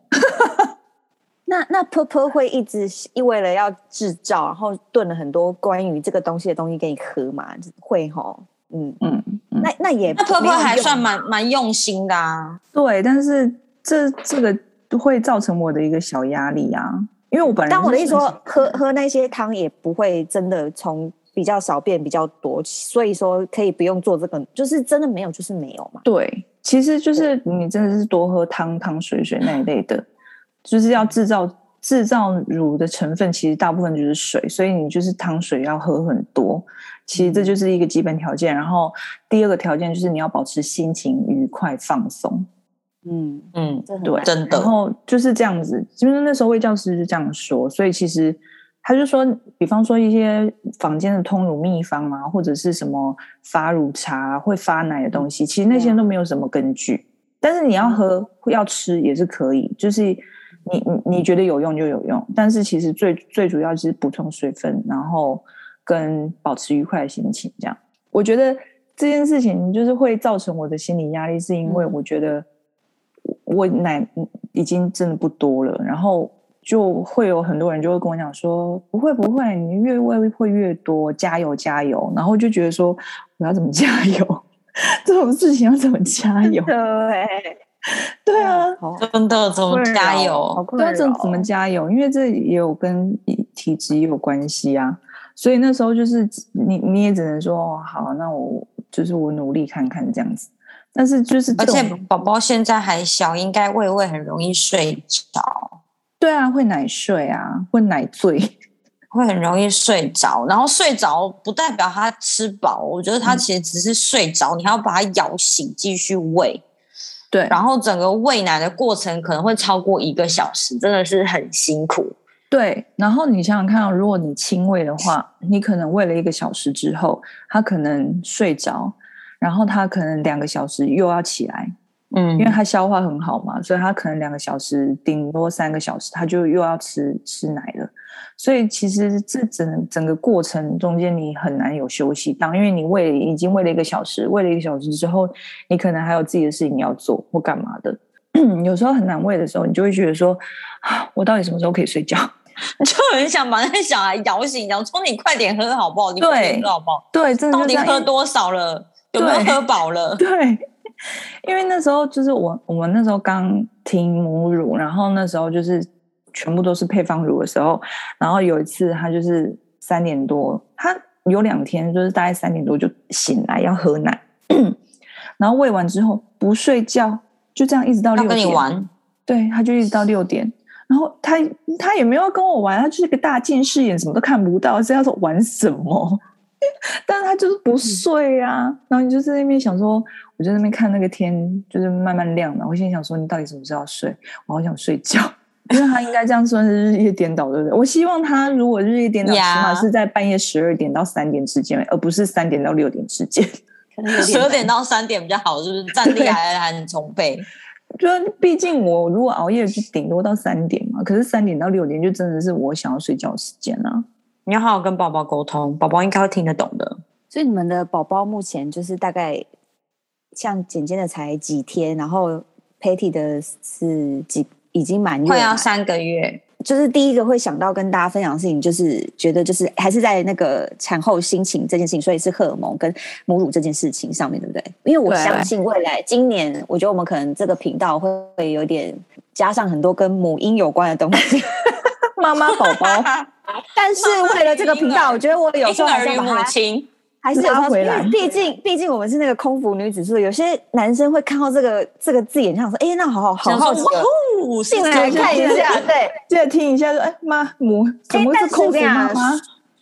Speaker 1: 那那婆婆会一直因为了要制造，然后炖了很多关于这个东西的东西给你喝嘛？会吼，嗯，
Speaker 3: 嗯，嗯
Speaker 1: 那那也
Speaker 2: 那 p
Speaker 1: 没
Speaker 2: 婆
Speaker 1: 有
Speaker 2: 还
Speaker 1: 用
Speaker 2: 算蛮蛮用心的啊。
Speaker 3: 对，但是这这个会造成我的一个小压力啊，因为我本来
Speaker 1: 但我的意思说，喝
Speaker 3: 喝
Speaker 1: 喝那些汤也不会真的从比较少变比较多，所以说可以不用做这个，就是真的没有就是没有嘛。
Speaker 3: 对，其实就是你真的是多喝汤汤水水那一类的，就是要制造制造乳的成分，其实大部分就是水，所以你就是汤水要喝很多。其实这就是一个基本条件，然后第二个条件就是你要保持心情愉快、放松。
Speaker 1: 嗯，
Speaker 2: 嗯，
Speaker 1: 这很
Speaker 3: 对
Speaker 1: 难
Speaker 2: 真
Speaker 3: 然
Speaker 2: 的。
Speaker 3: 后就是这样子，就是那时候魏教师就这样说，所以其实他就说，比方说一些坊间的通乳秘方啊，或者是什么发乳茶、会发奶的东西，其实那些
Speaker 1: 对啊
Speaker 3: 都没有什么根据。但是你要喝、要吃也是可以，就是你你你觉得有用就有用，但是其实最最主要就是补充水分，然后跟保持愉快的心情这样。我觉得这件事情就是会造成我的心理压力，是因为我觉得我我奶已经真的不多了，然后就会有很多人就会跟我讲说，不会不会，你越喂会越多，加油加油，然后就觉得说我要怎么加油， 这种事情要怎么加油？
Speaker 1: 对，啊
Speaker 3: 对啊，
Speaker 1: 好
Speaker 2: 真的，怎么
Speaker 1: 困扰
Speaker 2: 加
Speaker 1: 好
Speaker 2: 油？
Speaker 1: 困
Speaker 3: 对啊，这
Speaker 1: 扰
Speaker 3: 怎么加油？因为这也有跟体质也有关系啊。所以那时候就是你你也只能说哦好，那我就是我努力看看这样子。但是就是这
Speaker 2: 而且
Speaker 3: 种
Speaker 2: 宝宝现在还小，应该喂喂很容易睡着，
Speaker 3: 对啊，会奶睡啊，会奶醉，
Speaker 2: 会很容易睡着。然后睡着不代表他吃饱，我觉得他其实只是睡着，你还要把他摇醒继续喂。
Speaker 3: 对
Speaker 2: 然后整个喂奶的过程可能会超过一个小时，真的是很辛苦。
Speaker 3: 对，然后你想想看哦，如果你亲喂的话，你可能喂了一个小时之后，他可能睡着，然后他可能两个小时又要起来，
Speaker 2: 嗯
Speaker 3: 因为他消化很好嘛，所以他可能两个小时，顶多三个小时，他就又要吃吃奶了。所以其实这整整个过程中间，你很难有休息当，因为你喂已经喂了一个小时，喂了一个小时之后，你可能还有自己的事情要做或干嘛的。 有时候很难喂的时候，你就会觉得说，啊我到底什么时候可以睡觉？
Speaker 2: 就很想把那个小孩摇醒，然后说你快点喝好不好？你
Speaker 3: 对
Speaker 2: 快点喝好不好？
Speaker 3: 对，真的
Speaker 2: 到
Speaker 3: 就这
Speaker 2: 底
Speaker 3: 样
Speaker 2: 喝多少了？有没有
Speaker 3: 对
Speaker 2: 喝饱 了？
Speaker 3: 对，因为那时候就是我我们那时候刚停母乳，然后那时候就是全部都是配方乳的时候，然后有一次他就是三点多，他有两天就是大概三点多就醒来要喝奶， 然后喂完之后不睡觉，就这样一直到
Speaker 2: 要
Speaker 3: 六
Speaker 2: 跟你
Speaker 3: 点，
Speaker 2: 玩，
Speaker 3: 对，他就一直到六点。然后他他也没有要跟我玩，他就是个大近视眼，什么都看不到，这要说玩什么？ 但是他就是不睡啊。然后你就在那边想说，我就在那边看那个天，就是慢慢亮嘛。我心里想说，你到底什么时候要睡？我好想睡觉，因为他应该这样算是日夜颠倒，对不对？我希望他如果日夜颠倒，起
Speaker 2: 呀
Speaker 3: 码是在半夜十二点到三点之间，而不是三点到六点之间。
Speaker 2: 十二点到三点比较好，是不是？战力还还很充沛。
Speaker 3: 就是毕竟我如果熬夜就顶多到三点嘛，可是三点到六点就真的是我想要睡觉的时间啊。
Speaker 2: 你要好好跟宝宝沟通，宝宝应该会听得懂的。
Speaker 1: 所以你们的宝宝目前就是大概像简简的才几天，然后 Patty 的是几已经满月
Speaker 2: 快
Speaker 1: 了
Speaker 2: 要
Speaker 1: 嘛，
Speaker 2: 啊三个月，
Speaker 1: 就是第一个会想到跟大家分享的事情，就是觉得就是还是在那个产后心情这件事情，所以是荷尔蒙跟母乳这件事情上面，对不对？因为我
Speaker 3: 对
Speaker 1: 相信未来今年，我觉得我们可能这个频道会会有点加上很多跟母婴有关的东 西，
Speaker 3: 妈妈宝宝
Speaker 1: 但是为了这个频道，我觉得我有时候还是
Speaker 2: 婴
Speaker 1: 要
Speaker 2: 儿与
Speaker 1: 把
Speaker 2: 母
Speaker 1: 它
Speaker 2: 亲，
Speaker 1: 还是有
Speaker 3: 拉
Speaker 1: 差
Speaker 3: 回
Speaker 1: 别因为
Speaker 3: 来
Speaker 1: 毕竟毕竟我们是那个空服女子宿，有些男生会看到这个这个字眼，想说，哎、那好好好
Speaker 2: 想说
Speaker 1: 好奇啊哦，
Speaker 2: 哇哦，
Speaker 1: 进来
Speaker 2: 是
Speaker 1: 看一
Speaker 2: 这样
Speaker 1: 下，对。哎
Speaker 3: 记得听一下说，哎妈母，怎么
Speaker 1: 但
Speaker 3: 是
Speaker 1: 是
Speaker 3: 空
Speaker 1: 我跟
Speaker 3: 姐
Speaker 1: 你
Speaker 3: 妈
Speaker 1: 讲
Speaker 3: 妈？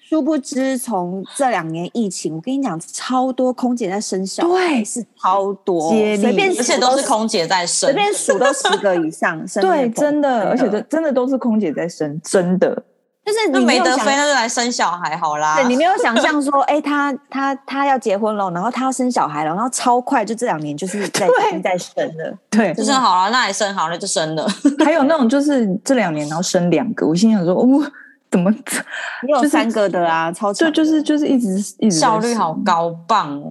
Speaker 1: 殊不知，从这两年疫情，我跟你讲，超多空姐在生小孩，
Speaker 3: 对
Speaker 1: 是超多，
Speaker 3: 接力
Speaker 1: 随便
Speaker 2: 而且
Speaker 1: 数
Speaker 2: 都是，空姐在生
Speaker 1: 随，便数都十个以上，身边
Speaker 3: 对，真的，而且真真的都是空姐在生，真的。
Speaker 1: 就是
Speaker 2: 那
Speaker 1: 你没
Speaker 2: 没
Speaker 1: 有
Speaker 2: 得
Speaker 1: 想
Speaker 2: 飞，那就来生小孩好啦。
Speaker 1: 对你没有想象说，哎、她她她要结婚了，然后她要生小孩了，然后超快，就这两年就是 在
Speaker 3: 对
Speaker 1: 已经在生了，
Speaker 3: 对，
Speaker 2: 就生好了，那也生好了就生了，
Speaker 3: 还有那种就是这两年然后生两个，我心想说，哦，怎么
Speaker 1: 也有
Speaker 3: 就是
Speaker 1: 三个的啊，超
Speaker 3: 就
Speaker 1: 长的
Speaker 3: 就是就是一直一直在
Speaker 2: 效率
Speaker 3: 生
Speaker 2: 好高棒哦。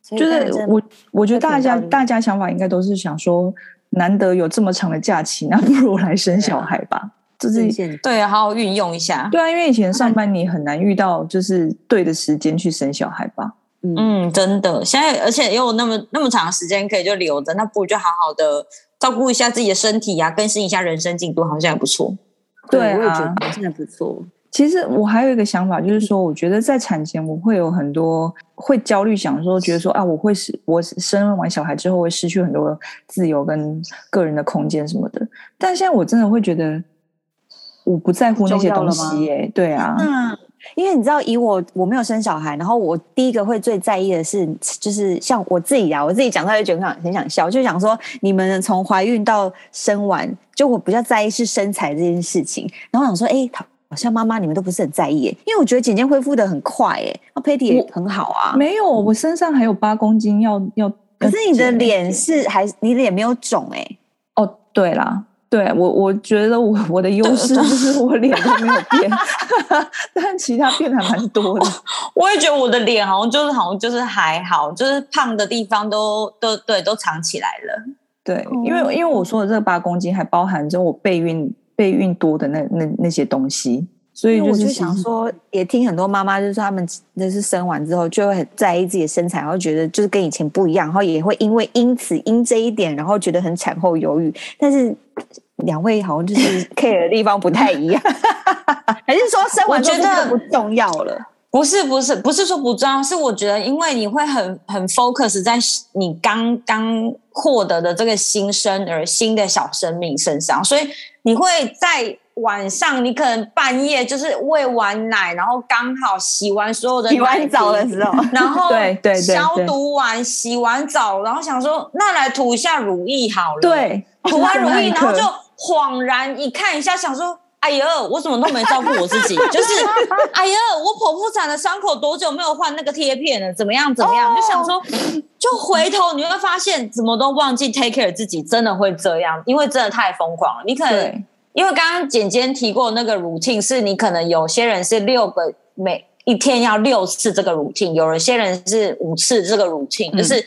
Speaker 1: 所以
Speaker 3: 就
Speaker 1: 真的
Speaker 3: 是
Speaker 1: 真的
Speaker 3: 我，我觉得大
Speaker 1: 会
Speaker 3: 家
Speaker 1: 挺高的
Speaker 3: 大家想法应该都是想说，难得有这么长的假期，那不如来
Speaker 1: 啊
Speaker 3: 生小孩吧。就是
Speaker 1: 是现
Speaker 2: 对，好好运用一下。
Speaker 3: 对啊，因为以前
Speaker 1: 嗯
Speaker 3: 上班你很难遇到就是对的时间去生小孩吧。
Speaker 2: 嗯，真的，现在而且又有那么那么长的时间可以就留着，那不如就好好的照顾一下自己的身体呀、啊更新一下人生进度，好像也不错。
Speaker 3: 对
Speaker 1: 我也觉
Speaker 3: 啊，
Speaker 1: 得嗯真的不错，
Speaker 3: 其实我还有一个想法，就是说，我觉得在产前我会有很多会焦虑，想说觉得说啊，我会失我生完小孩之后会失去很多自由跟个人的空间什么的。但现在我真的会觉得，我不在乎那些
Speaker 1: 重要了
Speaker 3: 东
Speaker 1: 吗
Speaker 3: 西耶、对啊，
Speaker 1: 嗯，因为你知道，以我我没有生小孩，然后我第一个会最在意的是，就是像我自己啊，我自己讲到就觉得很想很想笑，就想说你们从怀孕到生完，就我比较在意是身材这件事情，然后想说，哎、好好像妈妈你们都不是很在意耶，因为我觉得简简恢复的很快，哎，那 Patty 也很好啊，
Speaker 3: 没有，我身上还有八公斤要要。
Speaker 1: 可是你的
Speaker 3: 要减
Speaker 1: 脸是还你脸没有肿哎、
Speaker 3: 哦，对啦，对我我觉得我我的优势就是我脸都没有变， 但其他变还蛮多的。
Speaker 2: 我也觉得我的脸好像就是好像就是还好，就是胖的地方都都对都藏起来了。
Speaker 3: 对，因为因为我说的这个八公斤还包含着我备孕备孕多的那那那些东西，所以
Speaker 1: 因为
Speaker 3: 就
Speaker 1: 我
Speaker 3: 是
Speaker 1: 就
Speaker 3: 其
Speaker 1: 想
Speaker 3: 实
Speaker 1: 说，也听很多妈妈就是她们就是生完之后就会很在意自己的身材，然后觉得就是跟以前不一样，然后也会因为因此因这一点，然后觉得很产后忧郁。但是两位好像就是 care 的地方不太一样， 还是说生完之后
Speaker 2: 我觉得
Speaker 1: 就不重要了？
Speaker 2: 不是不是不是说不重要，是我觉得因为你会很很 focus 在你刚刚获得的这个新生儿、新的小生命身上，所以你会在晚上，你可能半夜就是喂完奶，然后刚好洗完所有的
Speaker 1: 洗
Speaker 2: 奶
Speaker 1: 完
Speaker 2: 瓶
Speaker 1: 澡的时候，
Speaker 2: 然后
Speaker 3: 对对对对
Speaker 2: 消毒完、洗完澡，然后想说那来涂一下乳液好了，，
Speaker 3: 对，
Speaker 2: 哦涂完乳
Speaker 3: 哦那
Speaker 2: 液，
Speaker 3: 一
Speaker 2: 然后
Speaker 3: 刻
Speaker 2: 就恍然一看一下，想说哎呦，我怎么都没照顾我自己， 就是哎呦，我剖腹产的伤口多久没有换那个贴片了？怎么样怎么样？就想
Speaker 3: 哦
Speaker 2: 说，就回头你会发现怎么都忘记 take care 自己，真的会这样，因为真的太疯狂了。你可能
Speaker 3: 对
Speaker 2: 因为刚刚简简提过那个 routine，是你可能有些人是六个每一天要六次这个 routine，有些人是五次这个 routine，、
Speaker 3: 嗯
Speaker 2: 就是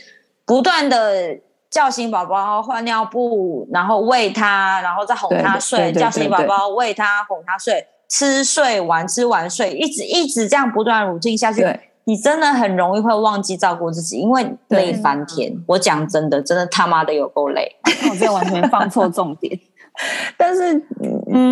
Speaker 2: 不断的叫醒宝宝换尿布，然后喂他，然后再哄他
Speaker 3: 对
Speaker 2: 睡，
Speaker 3: 对对
Speaker 2: 叫醒
Speaker 3: 对
Speaker 2: 宝
Speaker 3: 对
Speaker 2: 宝喂他哄他睡，吃睡完吃完睡，一直一直这样不断 routine 下去。
Speaker 3: 对，
Speaker 2: 你真的很容易会忘记照顾自己，因为累
Speaker 3: 对
Speaker 2: 翻天。我讲真的，真的他妈的有够累。
Speaker 4: 我这完全放错重 点。
Speaker 3: 但是，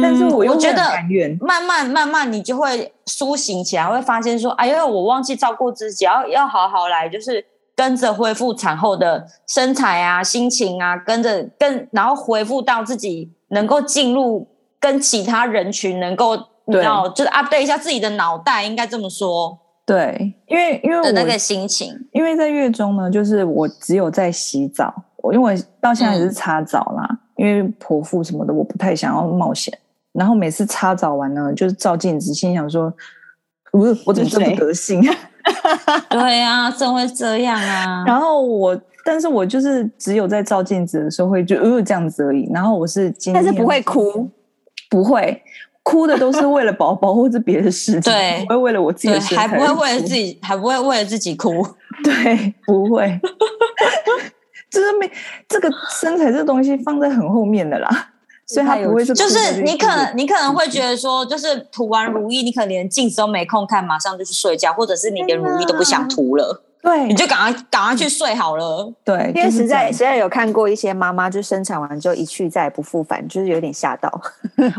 Speaker 3: 但是嗯我
Speaker 2: 嗯
Speaker 3: 又
Speaker 2: 我觉
Speaker 3: 会很
Speaker 2: 得
Speaker 3: 甘愿，
Speaker 2: 慢慢慢慢，你就会苏醒起来，会发现说，哎呦，我忘记照顾自己，要要好好来，就是跟着恢复产后的身材啊、心情啊，跟着跟，然后恢复到自己能够进入跟其他人群能够，你知
Speaker 3: 对
Speaker 2: 道，就是 update 一下自己的脑袋，应该这么说
Speaker 3: 对，因为因为我
Speaker 2: 的那个心情。
Speaker 3: 因为在月中呢，就是我只有在洗澡，我因为我到现
Speaker 2: 嗯
Speaker 3: 在也是擦澡啦，因为剖腹什么的，我不太想要冒险。然后每次擦澡完呢，就是照镜子，心想说，我我怎么这么
Speaker 4: 你谁
Speaker 3: 德性？
Speaker 2: 对啊，真会这样 啊。
Speaker 3: 然后我，但是我就是只有在照镜子的时候会就呃这样子而已。然后我是今天，
Speaker 4: 但是不会哭，
Speaker 3: 不会哭的都是为了宝宝或者别的事情，
Speaker 2: 对
Speaker 3: 不会为了我自己
Speaker 2: 对，
Speaker 3: 的身
Speaker 2: 还
Speaker 3: 材
Speaker 2: 不会为了
Speaker 3: 哭
Speaker 2: 自己，还不会为了自己哭。
Speaker 3: 对，不会， 就是没这个身材这东西放在很后面的啦，所以他不会是
Speaker 2: 就
Speaker 3: 哭的
Speaker 2: 是你可
Speaker 3: 一
Speaker 2: 能
Speaker 3: 个
Speaker 2: 你可能会觉得说，就是涂完乳液，你可能连镜子都没空看，马上就去睡觉，或者是你连
Speaker 3: 啊
Speaker 2: 乳液都不想涂了，你
Speaker 3: 对
Speaker 2: 就赶快赶快去睡好了。
Speaker 3: 对，
Speaker 1: 因为
Speaker 3: 就是
Speaker 1: 实在实
Speaker 3: 这样
Speaker 1: 在有看过一些妈妈，就生产完之后一去再也不复返，就是有点吓到。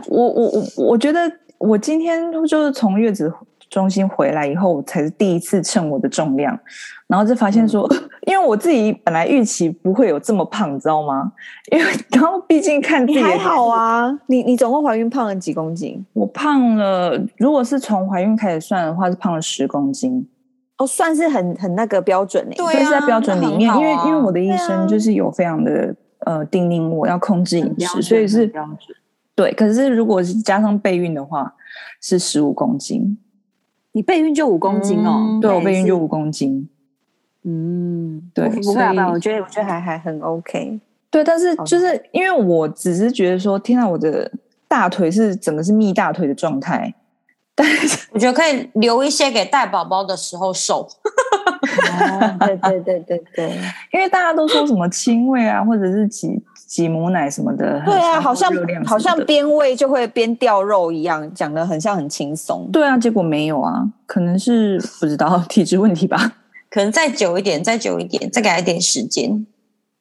Speaker 3: 我我我我觉得我今天就是从月子中心回来以后，我才是第一次称我的重量，然后就发现说， 因为我自己本来预期不会有这么胖，你知道吗？因为然后毕竟看自己
Speaker 1: 你
Speaker 3: 的
Speaker 1: 还好啊，你你总共怀孕胖了几公斤？
Speaker 3: 我胖了，如果是从怀孕开始算的话，是胖了十公斤。
Speaker 1: 哦，算是很很那个标准欸诶、
Speaker 2: 对
Speaker 3: 就是在
Speaker 2: 啊
Speaker 3: 标准
Speaker 2: 那
Speaker 3: 里
Speaker 2: 很
Speaker 3: 面，
Speaker 2: 好
Speaker 3: 因为
Speaker 2: 啊
Speaker 3: 因为我的医生
Speaker 1: 啊
Speaker 3: 就是有非常的呃叮咛我要控制饮食，所以是
Speaker 2: 啊
Speaker 4: 标准。
Speaker 3: 对。可是如果是加上备孕的话，是十五公斤，
Speaker 4: 你备孕就五公斤哦
Speaker 2: 嗯，
Speaker 3: 对我
Speaker 4: 那也
Speaker 3: 备孕
Speaker 4: 是
Speaker 3: 就五公斤，
Speaker 4: 嗯，
Speaker 3: 对，
Speaker 4: 不
Speaker 3: 所
Speaker 4: 会啊吧？
Speaker 3: 以
Speaker 4: 我觉得
Speaker 1: 我觉得还还很 OK。
Speaker 3: 对，但是
Speaker 1: 好的
Speaker 3: 就是因为我只是觉得说，天啊，我的大腿是整个是蜜大腿的状态，
Speaker 2: 我觉得可以留一些给带宝宝的时候瘦。
Speaker 3: 哦
Speaker 1: 对对对对 对，
Speaker 3: 因为大家都说什么亲喂啊，或者是挤挤母奶什么的，
Speaker 1: 对啊，
Speaker 3: 很消耗
Speaker 1: 好像
Speaker 3: 热量什么
Speaker 1: 好像
Speaker 3: 的
Speaker 1: 边喂就会边掉肉一样，讲的很像很轻松。
Speaker 3: 对啊，结果没有啊，可能是不知道 体质问题吧。
Speaker 2: 可能再久一点，再久一点，再给他一点时间。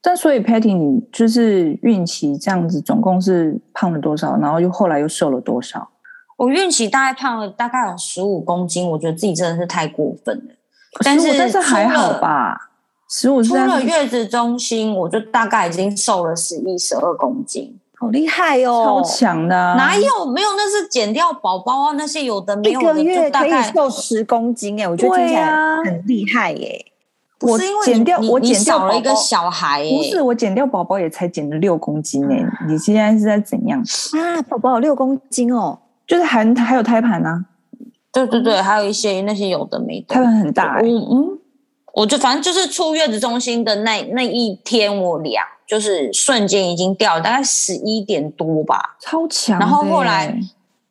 Speaker 3: 但所以 Patty，你就是孕期这样子，总共是胖了多少？然后又后来又瘦了多少？
Speaker 2: 我孕期大概胖了大概有十五公斤，我觉得自己真的是太过分了。但
Speaker 3: 15
Speaker 2: 是
Speaker 3: 但是还好吧，十五是
Speaker 2: 出
Speaker 3: 在
Speaker 2: 了月子中心，我就大概已经瘦了十一、十二公斤。
Speaker 1: 好厉害哦
Speaker 3: 超强的、啊，
Speaker 2: 哪有没有？那是减掉宝宝啊，那些有的没
Speaker 1: 一
Speaker 2: 有
Speaker 1: 个
Speaker 2: 的，就
Speaker 1: 月
Speaker 2: 大
Speaker 1: 可以
Speaker 2: 概
Speaker 1: 瘦十公斤哎、我觉得听
Speaker 3: 对
Speaker 1: 起来
Speaker 3: 啊，
Speaker 1: 很厉害欸耶、
Speaker 2: 不
Speaker 3: 我
Speaker 2: 是因为
Speaker 3: 减
Speaker 2: 你
Speaker 3: 掉
Speaker 2: 你
Speaker 3: 我
Speaker 2: 你
Speaker 3: 减掉
Speaker 2: 少了一个
Speaker 3: 宝宝
Speaker 2: 小孩欸耶、
Speaker 3: 不是我减掉宝宝也才减了六公斤呢、你现在是在怎样？
Speaker 1: 啊，宝宝有六公斤哦，
Speaker 3: 就是还还有胎盘啊，
Speaker 2: 对对对，还有一些那些有的没的
Speaker 3: 胎。盘很大、
Speaker 2: 我
Speaker 3: 欸，
Speaker 2: 嗯，我就反正就是出月子中心的那那一天，我量就是瞬间已经掉了大概十一点多吧，
Speaker 3: 超强的
Speaker 2: 然
Speaker 3: 欸、
Speaker 2: 后后来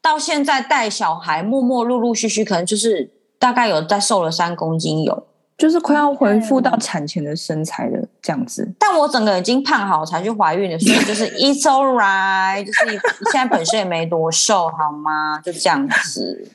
Speaker 2: 到现在带小孩，默默陆陆续续可能就是大概有再瘦了三公斤有。
Speaker 3: 就是快要恢复到产前的身材的这样子。
Speaker 2: 但我整个已经胖好才去怀孕的，所以就是 it's alright，就是现在本身也没多瘦，好吗？就这样子，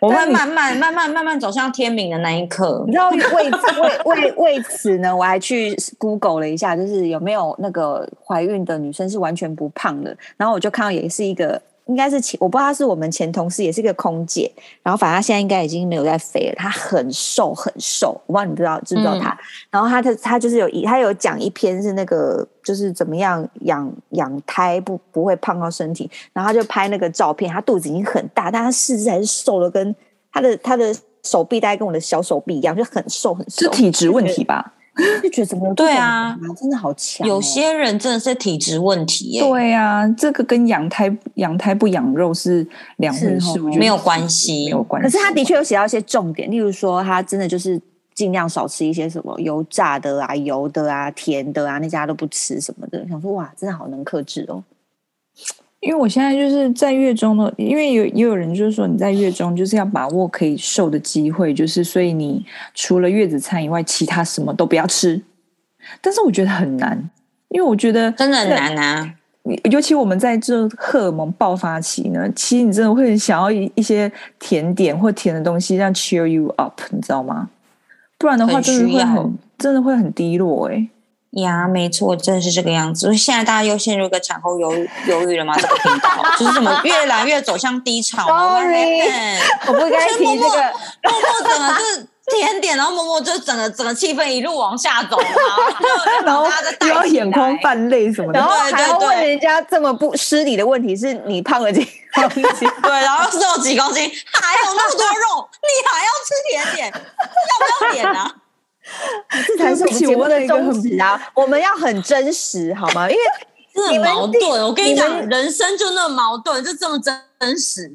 Speaker 2: 我会
Speaker 3: 但你
Speaker 2: 慢慢慢慢慢慢走向天明的那一刻
Speaker 1: 你。知道为为 为为此呢，我还去 Google 了一下，就是有没有那个怀孕的女生是完全不胖的。然后我就看到也是一个，应该是前我不知道她是我们前同事，也是一个空姐。然后反正她现在应该已经没有在肥了，她很瘦很瘦，我不知道你不知道知不知道她。然后她的她就是有一她有讲一篇是那个就是怎么样养养胎不不会胖到身体，然后她就拍那个照片，她肚子已经很大，但她四肢还是瘦的跟她的她的手臂大概跟我的小手臂一样，就很瘦很
Speaker 3: 是
Speaker 1: 瘦。
Speaker 3: 体质问题吧？
Speaker 1: 就觉得怎么有这
Speaker 2: 对
Speaker 1: 种
Speaker 2: 啊
Speaker 1: 人，真的好强哦、
Speaker 2: 有些人真的是体质问题耶、
Speaker 3: 对呀、这个跟养胎养胎不养肉是两回
Speaker 1: 是
Speaker 3: 事，
Speaker 1: 哦
Speaker 3: 我觉得
Speaker 2: 没有关系
Speaker 3: 没有关
Speaker 1: 可
Speaker 3: 系。
Speaker 1: 是他的确有写到一些重点，例如说他真的就是尽量少吃一些什么油炸的啊、油的啊、甜的啊，那家都不吃什么的。想说哇，真的好能克制哦。
Speaker 3: 因为我现在就是在月中的，因为有也有人就是说你在月中就是要把握可以瘦的机会，就是所以你除了月子餐以外，其他什么都不要吃。但是我觉得很难，因为我觉得
Speaker 2: 真的很难啊。
Speaker 3: 你尤其我们在这荷尔蒙爆发期呢，其实你真的会很想要一一些甜点或甜的东西，让 cheer you up，你知道吗？不然的话，
Speaker 2: 很
Speaker 3: 真的
Speaker 2: 需
Speaker 3: 会
Speaker 2: 要
Speaker 3: 很真的会很低落哎、
Speaker 2: 呀，没错，真的是这个样子。所以现在大家又陷入一个产后忧郁忧郁了吗？这个频道就是怎么越来越走向低潮吗
Speaker 1: Sorry 我不该提 这个，
Speaker 2: 默默整个是甜点，然后默默就整个整个气氛一路往下走嘛，
Speaker 3: 然后
Speaker 2: 大家再带
Speaker 3: 又要
Speaker 2: 起
Speaker 3: 眼眶
Speaker 2: 来
Speaker 3: 泛泪什么
Speaker 1: 然
Speaker 3: 的
Speaker 1: 后，还要
Speaker 2: 对对
Speaker 1: 问人家这么不失礼的问题，是你胖了几公斤？
Speaker 2: 对，然后瘦几公斤，还有那么多肉，你还要吃甜点，要不要脸 啊？
Speaker 1: 这才是我们节目的宗旨啊！我们要很真实，好吗？因为
Speaker 2: 这
Speaker 1: 你
Speaker 2: 很
Speaker 1: 们
Speaker 2: 矛盾，我跟你
Speaker 1: 你
Speaker 2: 讲，
Speaker 1: 们
Speaker 2: 人生就那么矛盾，就这么真真实。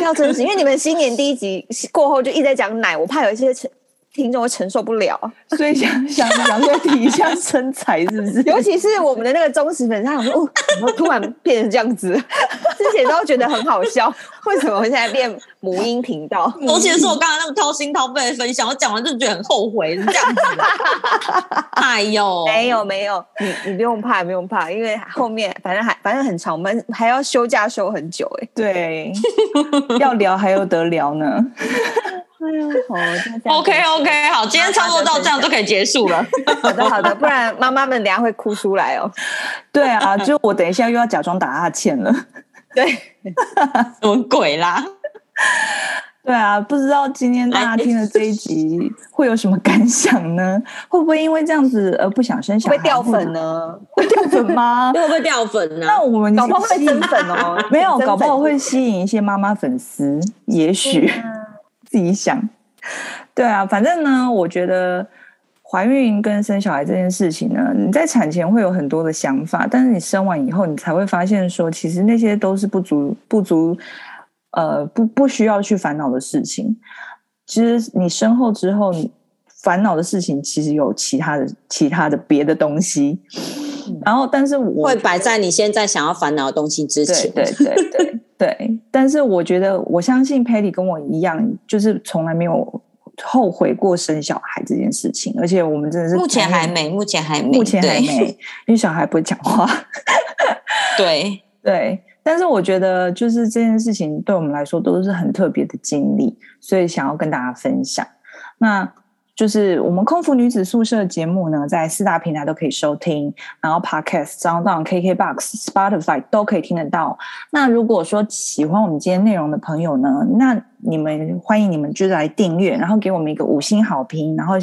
Speaker 1: 要真实，因为你们新年第一集过后就一直在讲奶，我怕有一些承听众会承受不了，
Speaker 3: 所以想想想说提一下身材是不是？
Speaker 1: 尤其是我们的那个忠实粉丝，他想说哦，怎么突然变成这样子？ 之前都觉得很好笑，为什么现在变母婴频道？
Speaker 2: 尤其是我刚才那么掏心掏肺的分享，我讲完就觉得很后悔，是这样子的。哎呦，
Speaker 1: 没有没有，你你不用怕，不用怕，因为后面反正还反正很长，我们还要休假休很久哎、
Speaker 3: 对，要聊还有得聊呢。
Speaker 1: 哎呀，好，就这样
Speaker 2: OK OK，好，今天差不多到这样就可以结束了。
Speaker 1: 好的好的，不然妈妈们等下会哭出来哦。
Speaker 3: 对啊，就我等一下又要假装打哈欠了。
Speaker 1: 对，
Speaker 2: 什么鬼啦？
Speaker 3: 对啊，不知道今天大
Speaker 1: 哎
Speaker 3: 家听了这一 集会有什么感想呢？会不会因为这样子而不想生小
Speaker 1: 会
Speaker 3: 孩？
Speaker 1: 被掉粉呢，
Speaker 3: 会掉粉
Speaker 2: ？
Speaker 3: 吗
Speaker 2: 会不会掉粉啊呢、
Speaker 3: 那我们
Speaker 1: 搞不好会
Speaker 3: 吸
Speaker 1: 增粉哦。
Speaker 3: 没有，
Speaker 1: 增粉
Speaker 3: 搞不好会吸引一些妈妈粉丝，也 许、自己想。对啊，反正呢，我觉得怀孕跟生小孩这件事情呢，你在产前会有很多的想法，但是你生完以后，你才会发现说，其实那些都是不足不足，呃，不不需要去烦恼的事情。其实你身后之后，你烦恼的事情其实有其他的、其他的别的东西。然后，但是我
Speaker 2: 会摆在你现在想要烦恼的东西之
Speaker 3: 对
Speaker 2: 前。
Speaker 3: 对对对对，但是我觉得，我相信 Patty 跟我一样，就是从来没有后悔过生小孩这件事情，而且我们真的是
Speaker 2: 目前
Speaker 3: 朋友
Speaker 2: 还，没，目前还没，
Speaker 3: 目前还
Speaker 2: 对
Speaker 3: 没，因为小孩不会讲话。
Speaker 2: 对，
Speaker 3: 对，但是我觉得就是这件事情对我们来说都是很特别的经历，所以想要跟大家分享。那就是我们空服女子宿舍节目呢，在四大平台都可以收听，然后 Podcast、s o u n d o n KKBox、Spotify 都可以听得到。那如果说喜欢我们今天内容的朋友呢，那你们欢迎你们就是来订阅，然后给我们一个五星好评，然后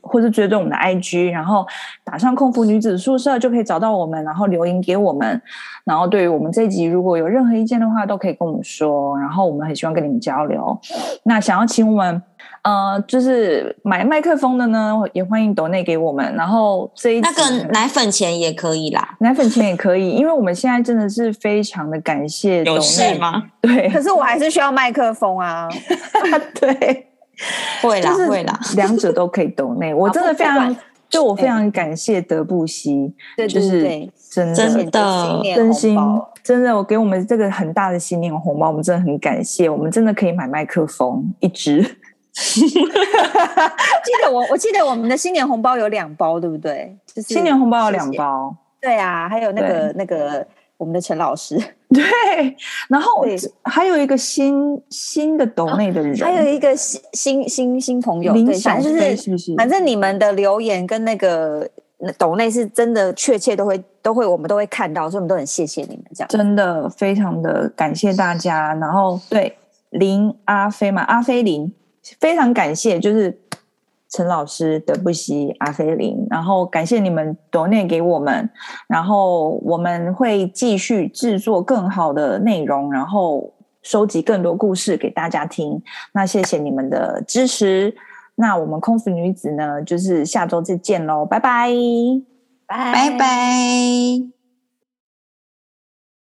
Speaker 3: 或是追踪我们的 IG，然后打上空服女子宿舍就可以找到我们，然后留言给我们。然后对于我们这一集如果有任何意见的话，都可以跟我们说，然后我们很希望跟你们交流。那想要请我们呃，就是买麦克风的呢，也欢迎抖内给我们。然后这一集
Speaker 2: 那个
Speaker 3: 呢
Speaker 2: 奶粉钱也可以啦，
Speaker 3: 奶粉钱也可以，因为我们现在真的是非常的感谢抖
Speaker 2: 有
Speaker 3: 内
Speaker 2: 事？吗？
Speaker 3: 对
Speaker 1: 可是我还是需要麦克风啊。
Speaker 3: 对，
Speaker 2: 会啦
Speaker 3: 就，是
Speaker 2: 会啦。
Speaker 3: 两者都可以抖内。我真的非
Speaker 1: 不
Speaker 3: 常
Speaker 1: 管，
Speaker 3: 就我非常感谢德布西，
Speaker 1: 对
Speaker 3: 就
Speaker 1: 对
Speaker 3: 是
Speaker 1: 对，
Speaker 3: 真的
Speaker 2: 真的
Speaker 1: 新年
Speaker 3: 真
Speaker 1: 红
Speaker 3: 心
Speaker 1: 包，
Speaker 3: 真的，我给我们这个很大的新年红包，我们真的很感谢，我们真的可以买麦克风一支。
Speaker 1: 记得我我记得我们的新年红包有两包，对不对？就是
Speaker 3: 新年红包有两
Speaker 1: 谢谢。
Speaker 3: 包，
Speaker 1: 对啊，还有那个那个我们的陈老 师，
Speaker 3: 对，然后
Speaker 1: 对哦
Speaker 3: 还有一个新新的抖内的人，
Speaker 1: 还有一个新新新新朋友，
Speaker 3: 林
Speaker 1: 对，
Speaker 3: 小
Speaker 1: 反正
Speaker 3: 飞
Speaker 1: 就是
Speaker 3: 不是？
Speaker 1: 反正你们的留言跟那个那抖内是真的确切都会都会我们都会看到，所以我们都很谢谢你们这样。
Speaker 3: 真的非常的感谢大家。然后对林阿飞嘛，阿飞林非常感谢，就是陈老师、德布西、阿飞林，然后感谢你们 donate 给我们，然后我们会继续制作更好的内容，然后收集更多故事给大家听。那谢谢你们的支持。那我们空服女子呢，就是下周再见喽，拜拜。
Speaker 2: 拜拜。